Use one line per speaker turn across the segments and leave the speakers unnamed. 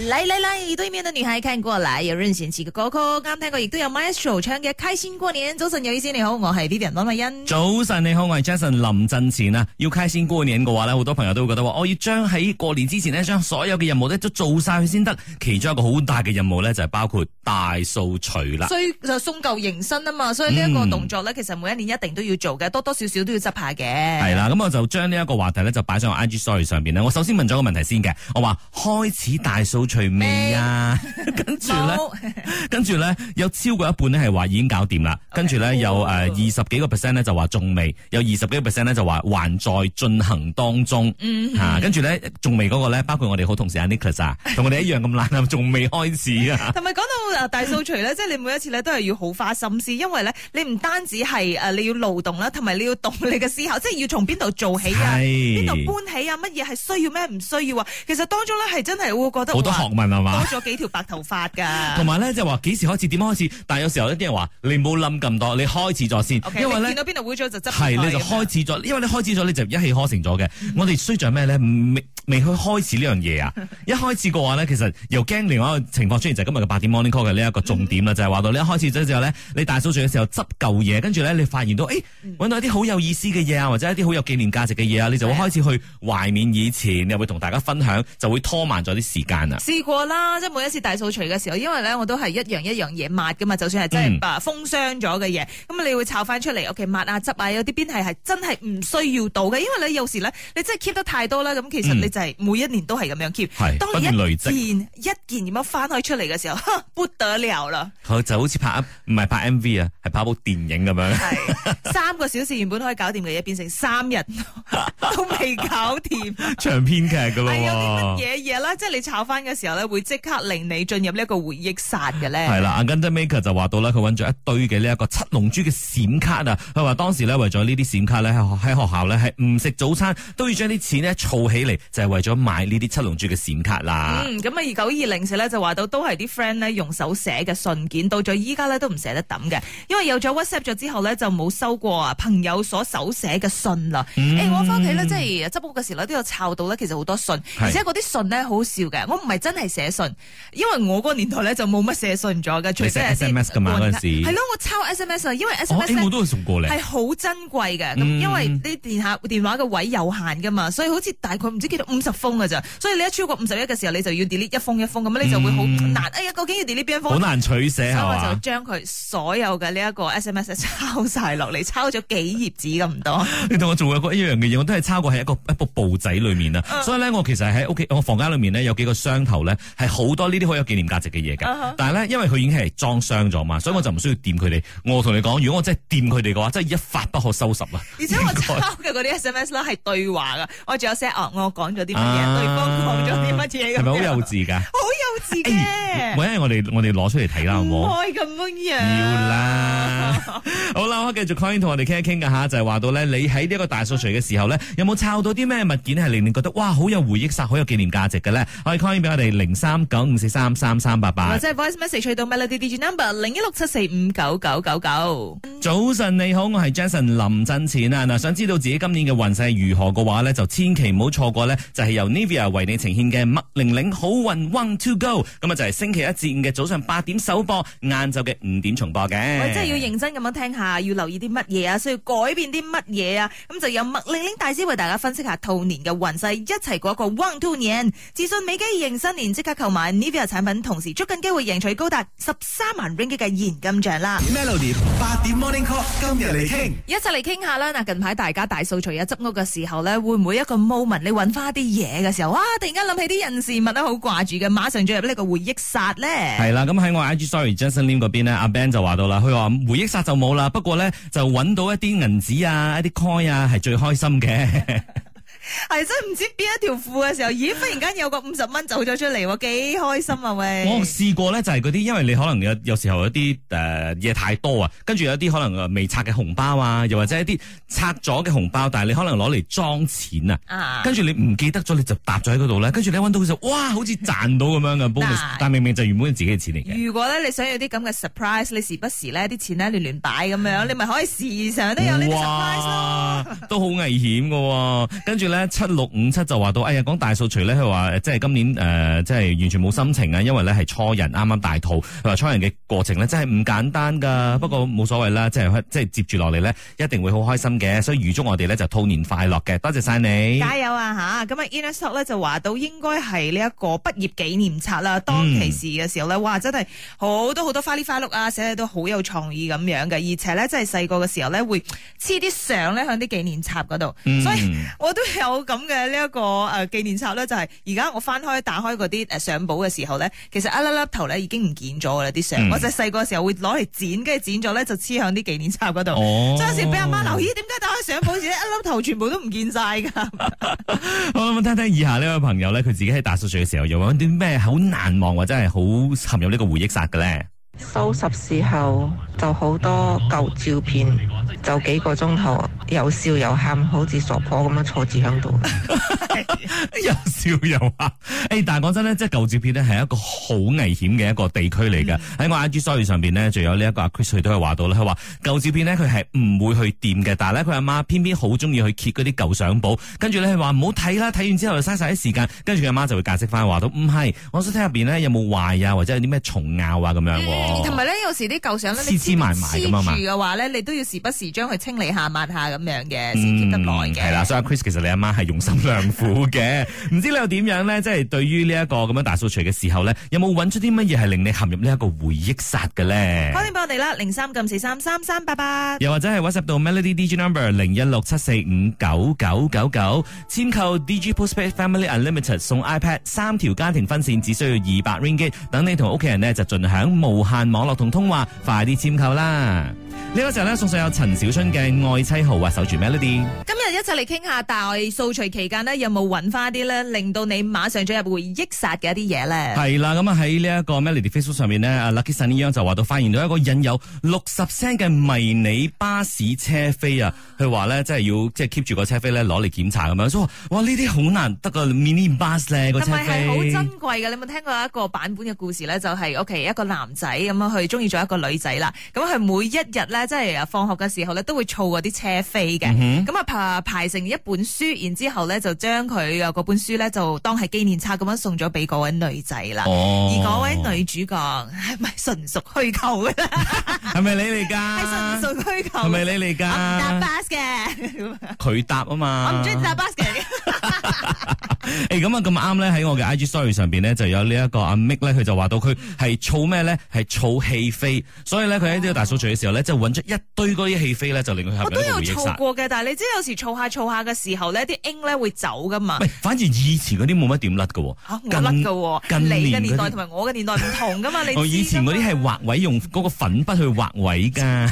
嚟嚟嚟，對面的女孩看過嚟，有任賢齊嘅歌曲，啱聽過，亦都有 Maestro 唱嘅《開心過年》。早晨有意思，你好，我係 Vivian 溫慧欣。
早晨，你好，我係 Jason 林振前啊！要開先過年嘅話咧，好多朋友都會覺得話，哦我要將喺過年之前呢，將所有嘅任務咧都做晒佢先得。其中一個好大嘅任務咧，就係包括大掃除啦。
所以就呃送舊迎新啊嘛，所以呢
嗯
一個動作咧，其實每一年一定都要做嘅，多多少少都要執下嘅。
係啦，咁我就將呢一個話題咧就擺上我 IG Story 上邊咧。我首先問咗個問題先嘅，我話開始大掃除未啊？ 跟住咧。
冇，
跟住咧，有超過一半咧係話已經搞掂啦。跟住咧，有誒呃
哦
二十幾個 percent 咧就話仲未，有二十幾個 percent 咧就話還在進行當中。
嗯
啊跟住咧仲未嗰個咧，包括我哋好同事阿 Nicholas 啊，同我哋一樣咁懶啊，仲未開始啊。
同埋講到誒呃大掃除咧，即係你每一次咧都係要好花心思，因為咧你唔單止係誒你要勞動啦，同埋你要動你嘅思考， 即係要從邊度做起啊，邊度
係
搬起啊，乜嘢係需要咩唔需要啊？其實當中咧係真係會覺得
好多
哇
學問係啊嘛
多？咗幾條白頭髮㗎。
同 埋咧就話幾時開始點樣開始，但係有時候呢啲人話你冇諗咁多，你開始咗先
O K，
因為
你
咧
見。到邊度污糟就執
係
佢
你就
咁樣
開始咗，因為你開始咗你就一氣呵成咗嘅。我哋衰在咩咧？未未去開始呢樣嘢 啊！一開始嘅話咧，其實又驚另外一個情況出現，就係今日嘅八點 morning call 嘅呢一個重點啦，就係話到你一開始咗之後咧，你大掃除嘅時候執舊嘢，跟住咧你發現到，誒揾到一啲好有意思嘅嘢啊，或者一啲好有紀念價值嘅嗯嘢啊，你就會開始去懷緬以前，又會同大家分享，就會拖慢咗啲時間啊。
試過啦，即係每一次大掃除嘅時候，因為咧我都係一樣一樣嘢抹噶嘛，就算係真
嗯
係啊封箱咗嘅嘢，咁、你會抄翻出嚟，OK 抹啊執啊，有啲邊係係真係唔需要到嘅，因為你有時咧你真係 keep 得太多啦，咁其實
嗯
你就係每一年都係咁樣 keep。
係
當
不
你
斷累
一件
積
一件咁樣翻開出嚟嘅時候，呵不得了啦！
佢就好似拍唔係拍 MV 啊，係拍部電影咁樣。
係三個小時原本可以搞掂嘅嘢，變成三日都未搞掂。
長篇劇噶咯
係有啲乜
喎，
嘢嘢啦？即係你炒翻嘅時候咧，會即刻令你進入呢一個回憶殺嘅咧。
係啦，阿 g u n d Maker 就話到啦，佢揾咗一堆嘅呢一個七龍珠嘅閃卡啊，佢話當時咧為咗呢啲閃卡咧喺學喺學校咧係唔食早餐都要將啲錢咧儲起嚟，就係、為咗買呢啲七龍珠嘅閃卡啦。
嗯，咁啊，二九二零四咧就話到都係啲 friend 咧用手寫嘅信件，到咗依家咧都唔捨得抌嘅，因為有咗 WhatsApp 咗之後咧就冇收過啊朋友所手寫嘅信啦。誒、
嗯
我翻屋企咧即係執屋嘅時候呢都有抄到咧，其實好多信，而且嗰啲信咧好好笑嘅，我唔係真係寫信，因為我嗰個年代咧就冇乜寫信咗嘅，除
你
非係
寫
啲啊
SMS 㗎嘛嗰陣時
係咯，我抄 SMS 啊，因為
哦，
SMS
誒
呢
我都有送過你，
係好珍貴嘅，咁、
嗯
因為呢電下電話嘅位有限噶嘛，所以好似大概唔知幾多五十封噶咋，所以你一超過五十一嘅時候，你就要 delete 一封一封咁，你就會好
嗯
難。哎呀，究竟要 delete 邊一封？
好難取捨係
所以我就
嘛。
將佢所有嘅呢一個 SMS 抄晒落嚟，抄咗幾頁紙咁 多。
你同我做過一樣嘅嘢，我都係抄過喺一個一部簿仔裏面啊。
嗯
所以咧，我其實喺屋企我房間裏面咧有幾個箱頭咧係好多呢啲好有紀念價值嘅嘢㗎。
啊哈
但係咧，因為佢已經係裝箱咗嘛，所以我就唔需要掂佢哋。我同你講，如果我真係掂佢哋嘅話，真係一發不可收拾啦。啊
而且我抄嘅嗰啲 SMS 啦係對話噶，我仲有 set 哦，我講咗啲乜嘢，
啊
對方講咗啲乜嘢咁樣。
係咪好幼？稚㗎？
好幼稚
哎
嘅，
喂，我哋我哋攞出嚟睇啦，好
唔
唔好？
可以咁樣樣。
要啦， 好啦，我繼續 call in 同我哋傾一傾㗎吓，就係話到咧，你喺呢一個大掃除嘅時候咧，有冇抄到啲咩物件係令你覺得哇好有回憶殺、好有紀念價值嘅咧？可以 call in 俾我哋零三九五四三三三八
或
八。
者係 voice message 去到 melody D G number 零一六七四五九九九九。
早晨你好，我係 Jason 林振前啊！嗱，想知道自己今年嘅運勢如何嘅話呢，就千祈唔好錯過呢，就係由 Nivea 為你呈現嘅麥玲玲好運 One to Go，咁啊就係星期一至五嘅早上八點首播，晏晝嘅五點重播嘅。
喂，真係要認真咁樣聽下，要留意啲乜嘢啊？需要改變啲乜嘢啊？咁就有麥玲玲大師為大家分析下兔年嘅運勢，一齊過一個 One Two 年。自信美肌迎新年，即刻購買 Nivea 產品，同時捉緊機會贏取高達十三萬 ringgit 嘅現金獎啦！
Melody 八點 Morning Call 今日嚟傾，
一齊嚟傾下啦！嗱，近排大家大掃除啊、執屋嘅時候咧，會唔會一個 moment 你揾翻啲嘢嘅時候，哇！突然間諗起啲人事物咧，好掛住嘅，馬上進入呢個回憶殺咧。
係啦，咁喺我 IG Story Justin Lim 嗰邊咧，阿 Ben 就話到啦，佢話回憶殺就冇啦，不過咧就揾到一啲銀紙啊、一啲 coin 啊，係最開心嘅。
係真係唔知邊一條褲嘅時候，咦！忽然間有個五十蚊走咗出嚟喎，幾開心啊喂！
我試過咧，就係嗰啲，因為你可能有有時候有啲誒嘢太多啊，跟住有啲可能呃未拆嘅紅包啊，又或者一啲拆咗嘅紅包，但係你可能攞嚟裝錢啊。
啊，
跟住你唔記得咗，你就搭咗喺嗰度咧。跟住你揾到佢就哇，好似賺到咁樣嘅 bonus，但明明就原本係自己嘅錢嚟嘅。
如果咧你想有啲咁嘅 surprise，你時不時咧啲錢咧亂亂擺咁樣，你咪可以時常都有呢啲 surprise 咯。
哇，都好危險嘅喎。跟住咧，咧七六五七就話到，哎呀講大掃除咧，佢話即係今年誒、呃即係完全冇心情啊，因為咧係初人啱啱大肚，佢話初人嘅過程咧真係唔簡單
嗯
㗎，不過冇所謂啦，即係即係接住落嚟咧一定會好開心嘅，所以預祝我哋咧就兔年快樂嘅，多謝晒你。
加油啊吓！咁啊 i n n e s t o c k 咧就話到應該係呢一個畢業紀念冊啦。
嗯
當其時嘅時候咧，哇！真係好多好多花哩花碌啊，寫得都好有創意咁樣嘅。而且咧，真係細個嘅時候咧，會黐啲相咧響啲紀念冊嗰度。
嗯
所以我都有咁嘅呢一個誒紀念冊咧，就係而家我翻開打開嗰啲誒相簿嘅時候咧，其實一粒粒頭咧已經唔見咗㗎啦啲相。
嗯
我就細個嘅時候會攞嚟剪，跟住剪咗咧就黐響啲紀念冊嗰度。
哦
所以有時俾阿媽留意，咦點解打開相簿時一粒頭全部都唔見晒㗎？
好啦，咁聽聽以下呢位朋友咧，佢自己喺大掃除嘅時候，又揾啲咩好難忘或者係好含有呢個回憶殺嘅咧？
收拾時候就好多舊照片，就幾個鐘頭又笑又喊，好似傻婆咁樣坐住喺度。
又笑又喊。诶、但係講真咧，即係舊照片咧係一個好危險嘅一個地區嚟嘅。喺、
嗯
我 IG story 上边咧，仲有呢一個阿 Chris 佢都係話到啦，佢話舊照片咧佢係唔會去掂嘅，但係咧佢阿媽偏偏好中意去揭嗰啲舊相簿，跟住咧佢話唔好睇啦，睇完之後就嘥晒啲時間，跟住佢阿媽就會解釋翻話到唔係，我想睇入边咧有冇壞啊，或者有啲咩蟲咬啊咁樣喎。
嗯同埋咧，有時啲舊相咧，你
黐黐埋埋
黐
咁啊嘛
住嘅話咧，你都要時不時將佢清理下、抹下咁樣嘅，先 keep 得耐嘅。
嗯係啦，所以阿 Chris 其實你阿媽係用心良苦嘅。 唔知你又點樣咧？即係對於呢一個咁樣大掃除嘅時候咧，有冇揾出啲乜嘢係令你陷入呢一個回憶殺嘅咧？
開電俾我哋啦，零三咁四三三三八八。
又或者係 WhatsApp 到 Melody DJ number 零一六七四五九九九九，簽購 DJ Postpaid Family Unlimited 送 iPad 三條家庭分線，只需要二百 ringgit，等你同屋企人呢就盡享無限網絡同通話，快啲簽購啦！呢個時候咧送上有陳小春嘅愛妻號啊，守住 Melody。
今日一齊嚟傾下大掃除期間呢，有冇揾翻啲咧令到你馬上進入回憶殺嘅一啲嘢咧？
系啦，咁啊喺呢一個 Melody Facebook 上面呢，阿 Lucky Sun 呢樣就話到發現到一個印有六十 c 嘅迷你巴士車飛啊，佢話咧即係要即係 keep 住個車飛咧攞嚟檢查咁樣，所以話哇呢啲好難得啊 mini bus 咧個
同
車
埋係好
飛。
珍貴嘅，你有冇聽過一個版本嘅故事咧？就係 OK 一個男仔咁樣去中意咗一個女仔啦，咁佢每一日咧，即係啊放學嘅時候咧，都會儲嗰啲車飛嘅。
嗯
咁啊排排成一本書，然之後咧就將佢啊嗰本書咧就當係紀念冊咁樣送咗俾嗰位女仔啦。啊而
哦
嗰位女主角係咪純屬虛構嘅咧？
係咪你嚟
啊係純
㗎？
屬虛構。啊
係咪你嚟
我唔搭
㗎？
bus 嘅，
佢答啊嘛。
我唔中意搭 bus 嘅。
誒咁啊咁啱咧喺我嘅 IG story 上邊咧就有呢一個阿 Mick 咧，佢就話到佢係儲咩咧？係儲戲飛，所以咧佢喺呢個大掃除嘅時候咧，就揾出一堆嗰啲戲飛咧，就令佢陷
我
入
都
一個
有
回憶殺
嘈。過嘅，但係你知有時嘈下嘈下嘅時候咧，啲 ing 咧會走噶嘛
唔。係反而以前嗰啲冇乜點甩嘅
嚇我
喎，
甩㗎喎，
近
你嘅
年
年代
嗰
同
啲，
埋我嘅年代唔同噶 嘛，你
我哦以前嗰啲係
畫
畫位用嗰個粉筆去畫位㗎，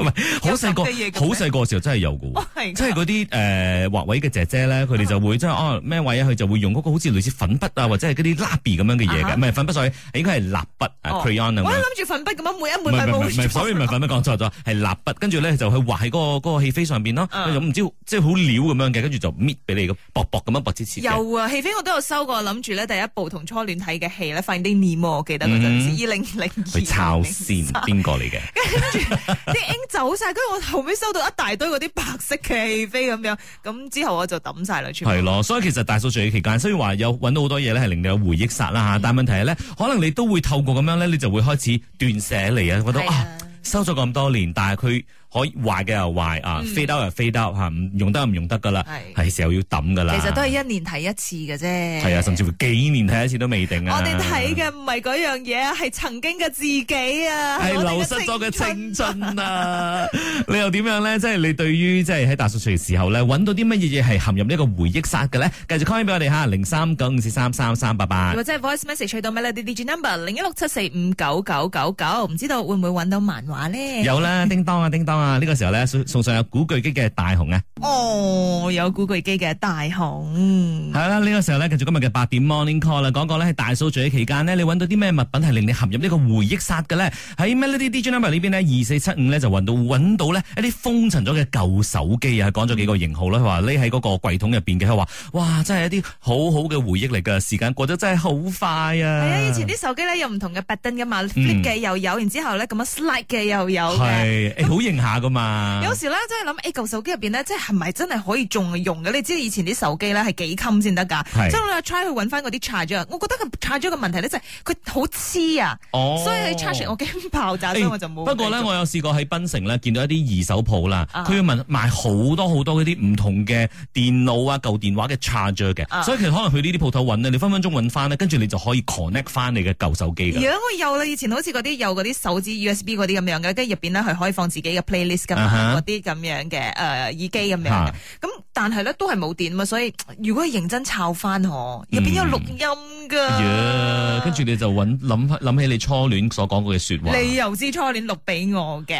唔係好細個，
有咁嘅嘢嘅咩
好細個嘅時候真係有嘅
哦
喎，
係㗎
即係嗰啲誒畫位嘅姐姐咧，佢哋就會即係哦咩位啊，佢就會用嗰個好似類似粉筆啊，或者係嗰啲蠟筆咁樣嘅嘢
啊哈
嘅，唔係粉筆，所以應該係蠟筆啊
哦
crayon
我
啊咁
都
樣。
諗住粉筆咁樣每一
唔
每筆
係唔係
冇
唔係，所以唔係粉筆講錯咗，係蠟筆，跟住咧就去畫喺嗰個嗰個戲飛上邊咯，
嗯
咁唔知即係好料咁樣嘅，跟住就搣俾你個薄薄咁樣薄切切嘅。
有啊，戲飛我都有收過，諗住咧第一部同初戀睇嘅戲咧《Finding Nemo》，我記得嗰陣時二零零二。
去嗯抄先邊個嚟嘅？
啲 ink 走晒，跟住我後尾收到一大堆嗰啲白色嘅戲飛咁樣，咁之後我就抌晒啦，全部。
係咯，所以其實大掃除嘅期間，雖然話有揾到好多嘢咧，係令你有回憶殺
嗯
啦嚇，但係問題係咧，可能你都會透過咁樣咧，你就會開始斷捨離啊，覺得
係啊
啊，收咗咁多年，但係佢可以壞嘅又壞啊，飛兜又飛兜嚇，唔用得又唔用得噶啦，
嗯係
係時候要抌噶啦。
其實都係一年睇一次嘅啫。
係啊，甚至乎幾年睇一次都未定啊。
我哋睇嘅唔係嗰樣嘢啊，係曾經嘅自己啊，
係
我哋
流失咗嘅
青春
青春啊！ 你又點樣咧？即係你對於即係喺大掃除嘅時候咧，揾到啲乜嘢嘢係陷入呢個回憶殺嘅咧？繼續 call 翻俾我哋嚇，零三九五四三三三八八
或。者係 voice message 去到 melody d i number 零一六七四五九九九九，唔知道會唔會揾到漫畫咧？
有啦，叮當啊，叮當啊，呢、個時候咧送送上有古巨基嘅大雄啊，
哦，有古巨基嘅大雄
係。啦，呢、個時候咧繼續今日嘅八點 morning call 啦，講講咧喺大掃除嘅期間呢，你揾到啲咩物品係令你陷入呢個回憶殺嘅咧？喺 Melody DJ number 呢邊呢，二四七五咧就揾到揾到咧一啲封塵咗嘅舊手機啊，講咗幾個型號啦，佢話匿喺嗰個櫃桶入邊嘅，佢話哇真係一啲好好嘅回憶嚟㗎，時間過得真係好快啊！嗯
係啊，
係
以前啲手機咧有唔同嘅 button 噶嘛，flip 嘅又有，然之後咧咁樣 slide 嘅又有嘅。
係誒好型下下噶嘛。
有時咧，真係諗，诶、舊手機入边咧，即係係咪真係可以仲用嘅？你知以前啲手機咧係幾襟先得㗎，
係
所以我 try 去揾翻嗰啲 charge 我覺得佢 charge 嘅問題咧就係佢好黐啊，
哦
所以佢 charge 我驚爆啊炸，所以
誒
我就冇。
哎不過咧，我有試過喺檳城咧見到一啲二手鋪啦，
啊
佢要問賣好多好多嗰啲唔同嘅電腦啊、舊電話嘅 charger
啊
嘅，所以其實可能去呢啲鋪頭揾咧，你分分鐘揾翻咧，跟住你就可以 connect 翻你嘅舊手機
如
㗎。
果我有啦，以前好似嗰啲有嗰啲手指 USB 嗰啲咁樣嘅，跟住入邊咧係可以放自己嘅 playlist 㗎
啊
嘛，
哈
嗰啲咁樣嘅誒耳機咁樣嘅
嚇。
咁但係咧都係冇電啊嘛，所以如果係認真抄翻我，入邊有錄音㗎
哎呀。跟住你就揾諗諗起你初戀所講過嘅説話，
你
你
又知初戀錄俾我嘅，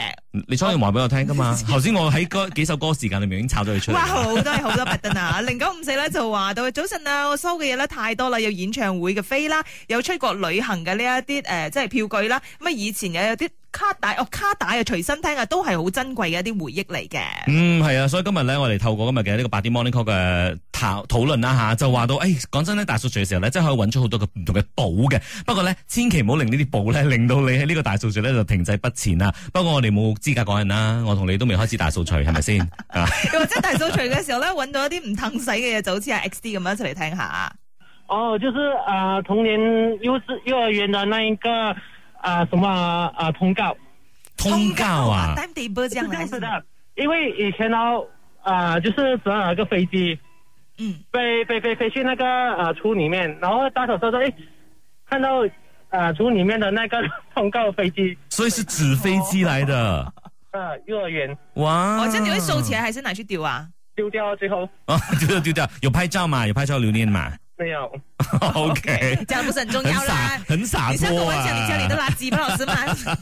初戀話俾我聽 㗎嘛？頭先我喺嗰幾首歌時間裏面已經炒咗佢出嚟
哇
啦。
好多係好多 b u 啊！零九五四咧就話到早晨啊，我收嘅嘢咧太多啦，有演唱會嘅飛啦，有出國旅行嘅呢一啲誒即係票據啦，咁啊以前又有啲卡帶哦卡帶啊隨身聽啊都係好珍貴嘅一啲回憶嚟嘅。
嗯，系啊，所以今日咧，我哋透過今日嘅呢個八點 morning call 嘅討討論啦吓，就話到，诶、講真咧，大數據嘅時候咧，真係可以揾出好多嘅唔同嘅寶嘅。不過咧，千祈唔好令呢啲寶咧，令到你喺呢個大數據咧就停滯不前啦。不過我哋冇資格講人啦，我同你都未開始大數據，係咪 先？啊，
又或者大掃除嘅時候咧，揾到一啲唔騰使嘅嘢，就好似阿 X D 咁樣一齊嚟聽下。
哦，就是呃，童年幼稚幼儿园的那一个啊、呃、什么啊、呃通告
通交啊，
d a 波
是这样
子
子的，因为以前呢啊、呃就是只要有一个飞机
嗯，
飞飞飞飞去那个啊橱、里面，然后大手说说哎，看到啊橱、里面的那个通告飞机
所以是紙飛機嚟的，
呃幼儿园
哇！
哦，即係你會數 起來還是拿去丟啊？
丢掉最后
啊，丢掉丢掉，有拍照嘛？有拍照留念嘛
没有，
？OK，
這樣不是很重
很
要
傻
啦。，
很傻
你上次
脱
我講你家裡的
啊！
垃圾吧，老師 們。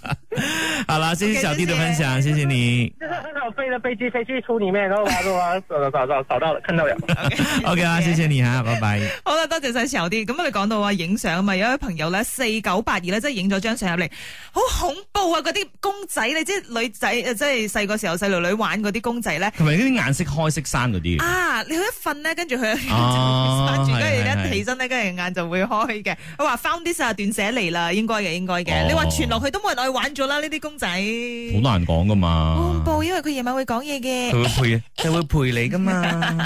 好啦，謝謝
OK，
小弟的
謝謝
分享，謝謝你。
就是看到飞的飞机飞去橱里面，然后哇哇找找找找到了，看到了。
OK 啦，謝謝你吓，拜拜。
好啦，多謝晒時候啲。咁我哋講到話影相啊嘛，有一位朋友咧四九八二咧，即係影咗張相入嚟，好恐怖啊！嗰啲公仔，你知女仔呃即係細個時候細路女玩嗰啲公仔咧。
同埋呢啲顏色開色衫嗰啲。
啊！你一瞓咧，跟住 佢
哦
跟住
係係
一
係
起身咧，跟住眼就會開嘅。佢話 found this 啊，斷捨離啦，應該嘅，應該嘅。
哦
你話傳落去都冇人愛玩咗啦，呢啲公仔。
好難啊講噶嘛，
恐怖，因為佢夜晚會講嘢嘅。
佢會陪，佢會陪你 噶嘛。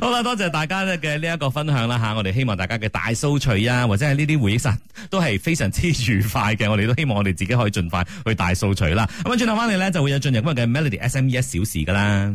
好啦，多謝大家嘅呢一個分享啦吓，我哋希望大家嘅大掃除啊，或者係呢啲回憶殺都係非常之愉快嘅。我哋都希望我哋自己可以盡快去大掃除啦。咁啊，轉頭翻嚟咧就會有進入今日嘅 Melody SME E 一小時噶啦。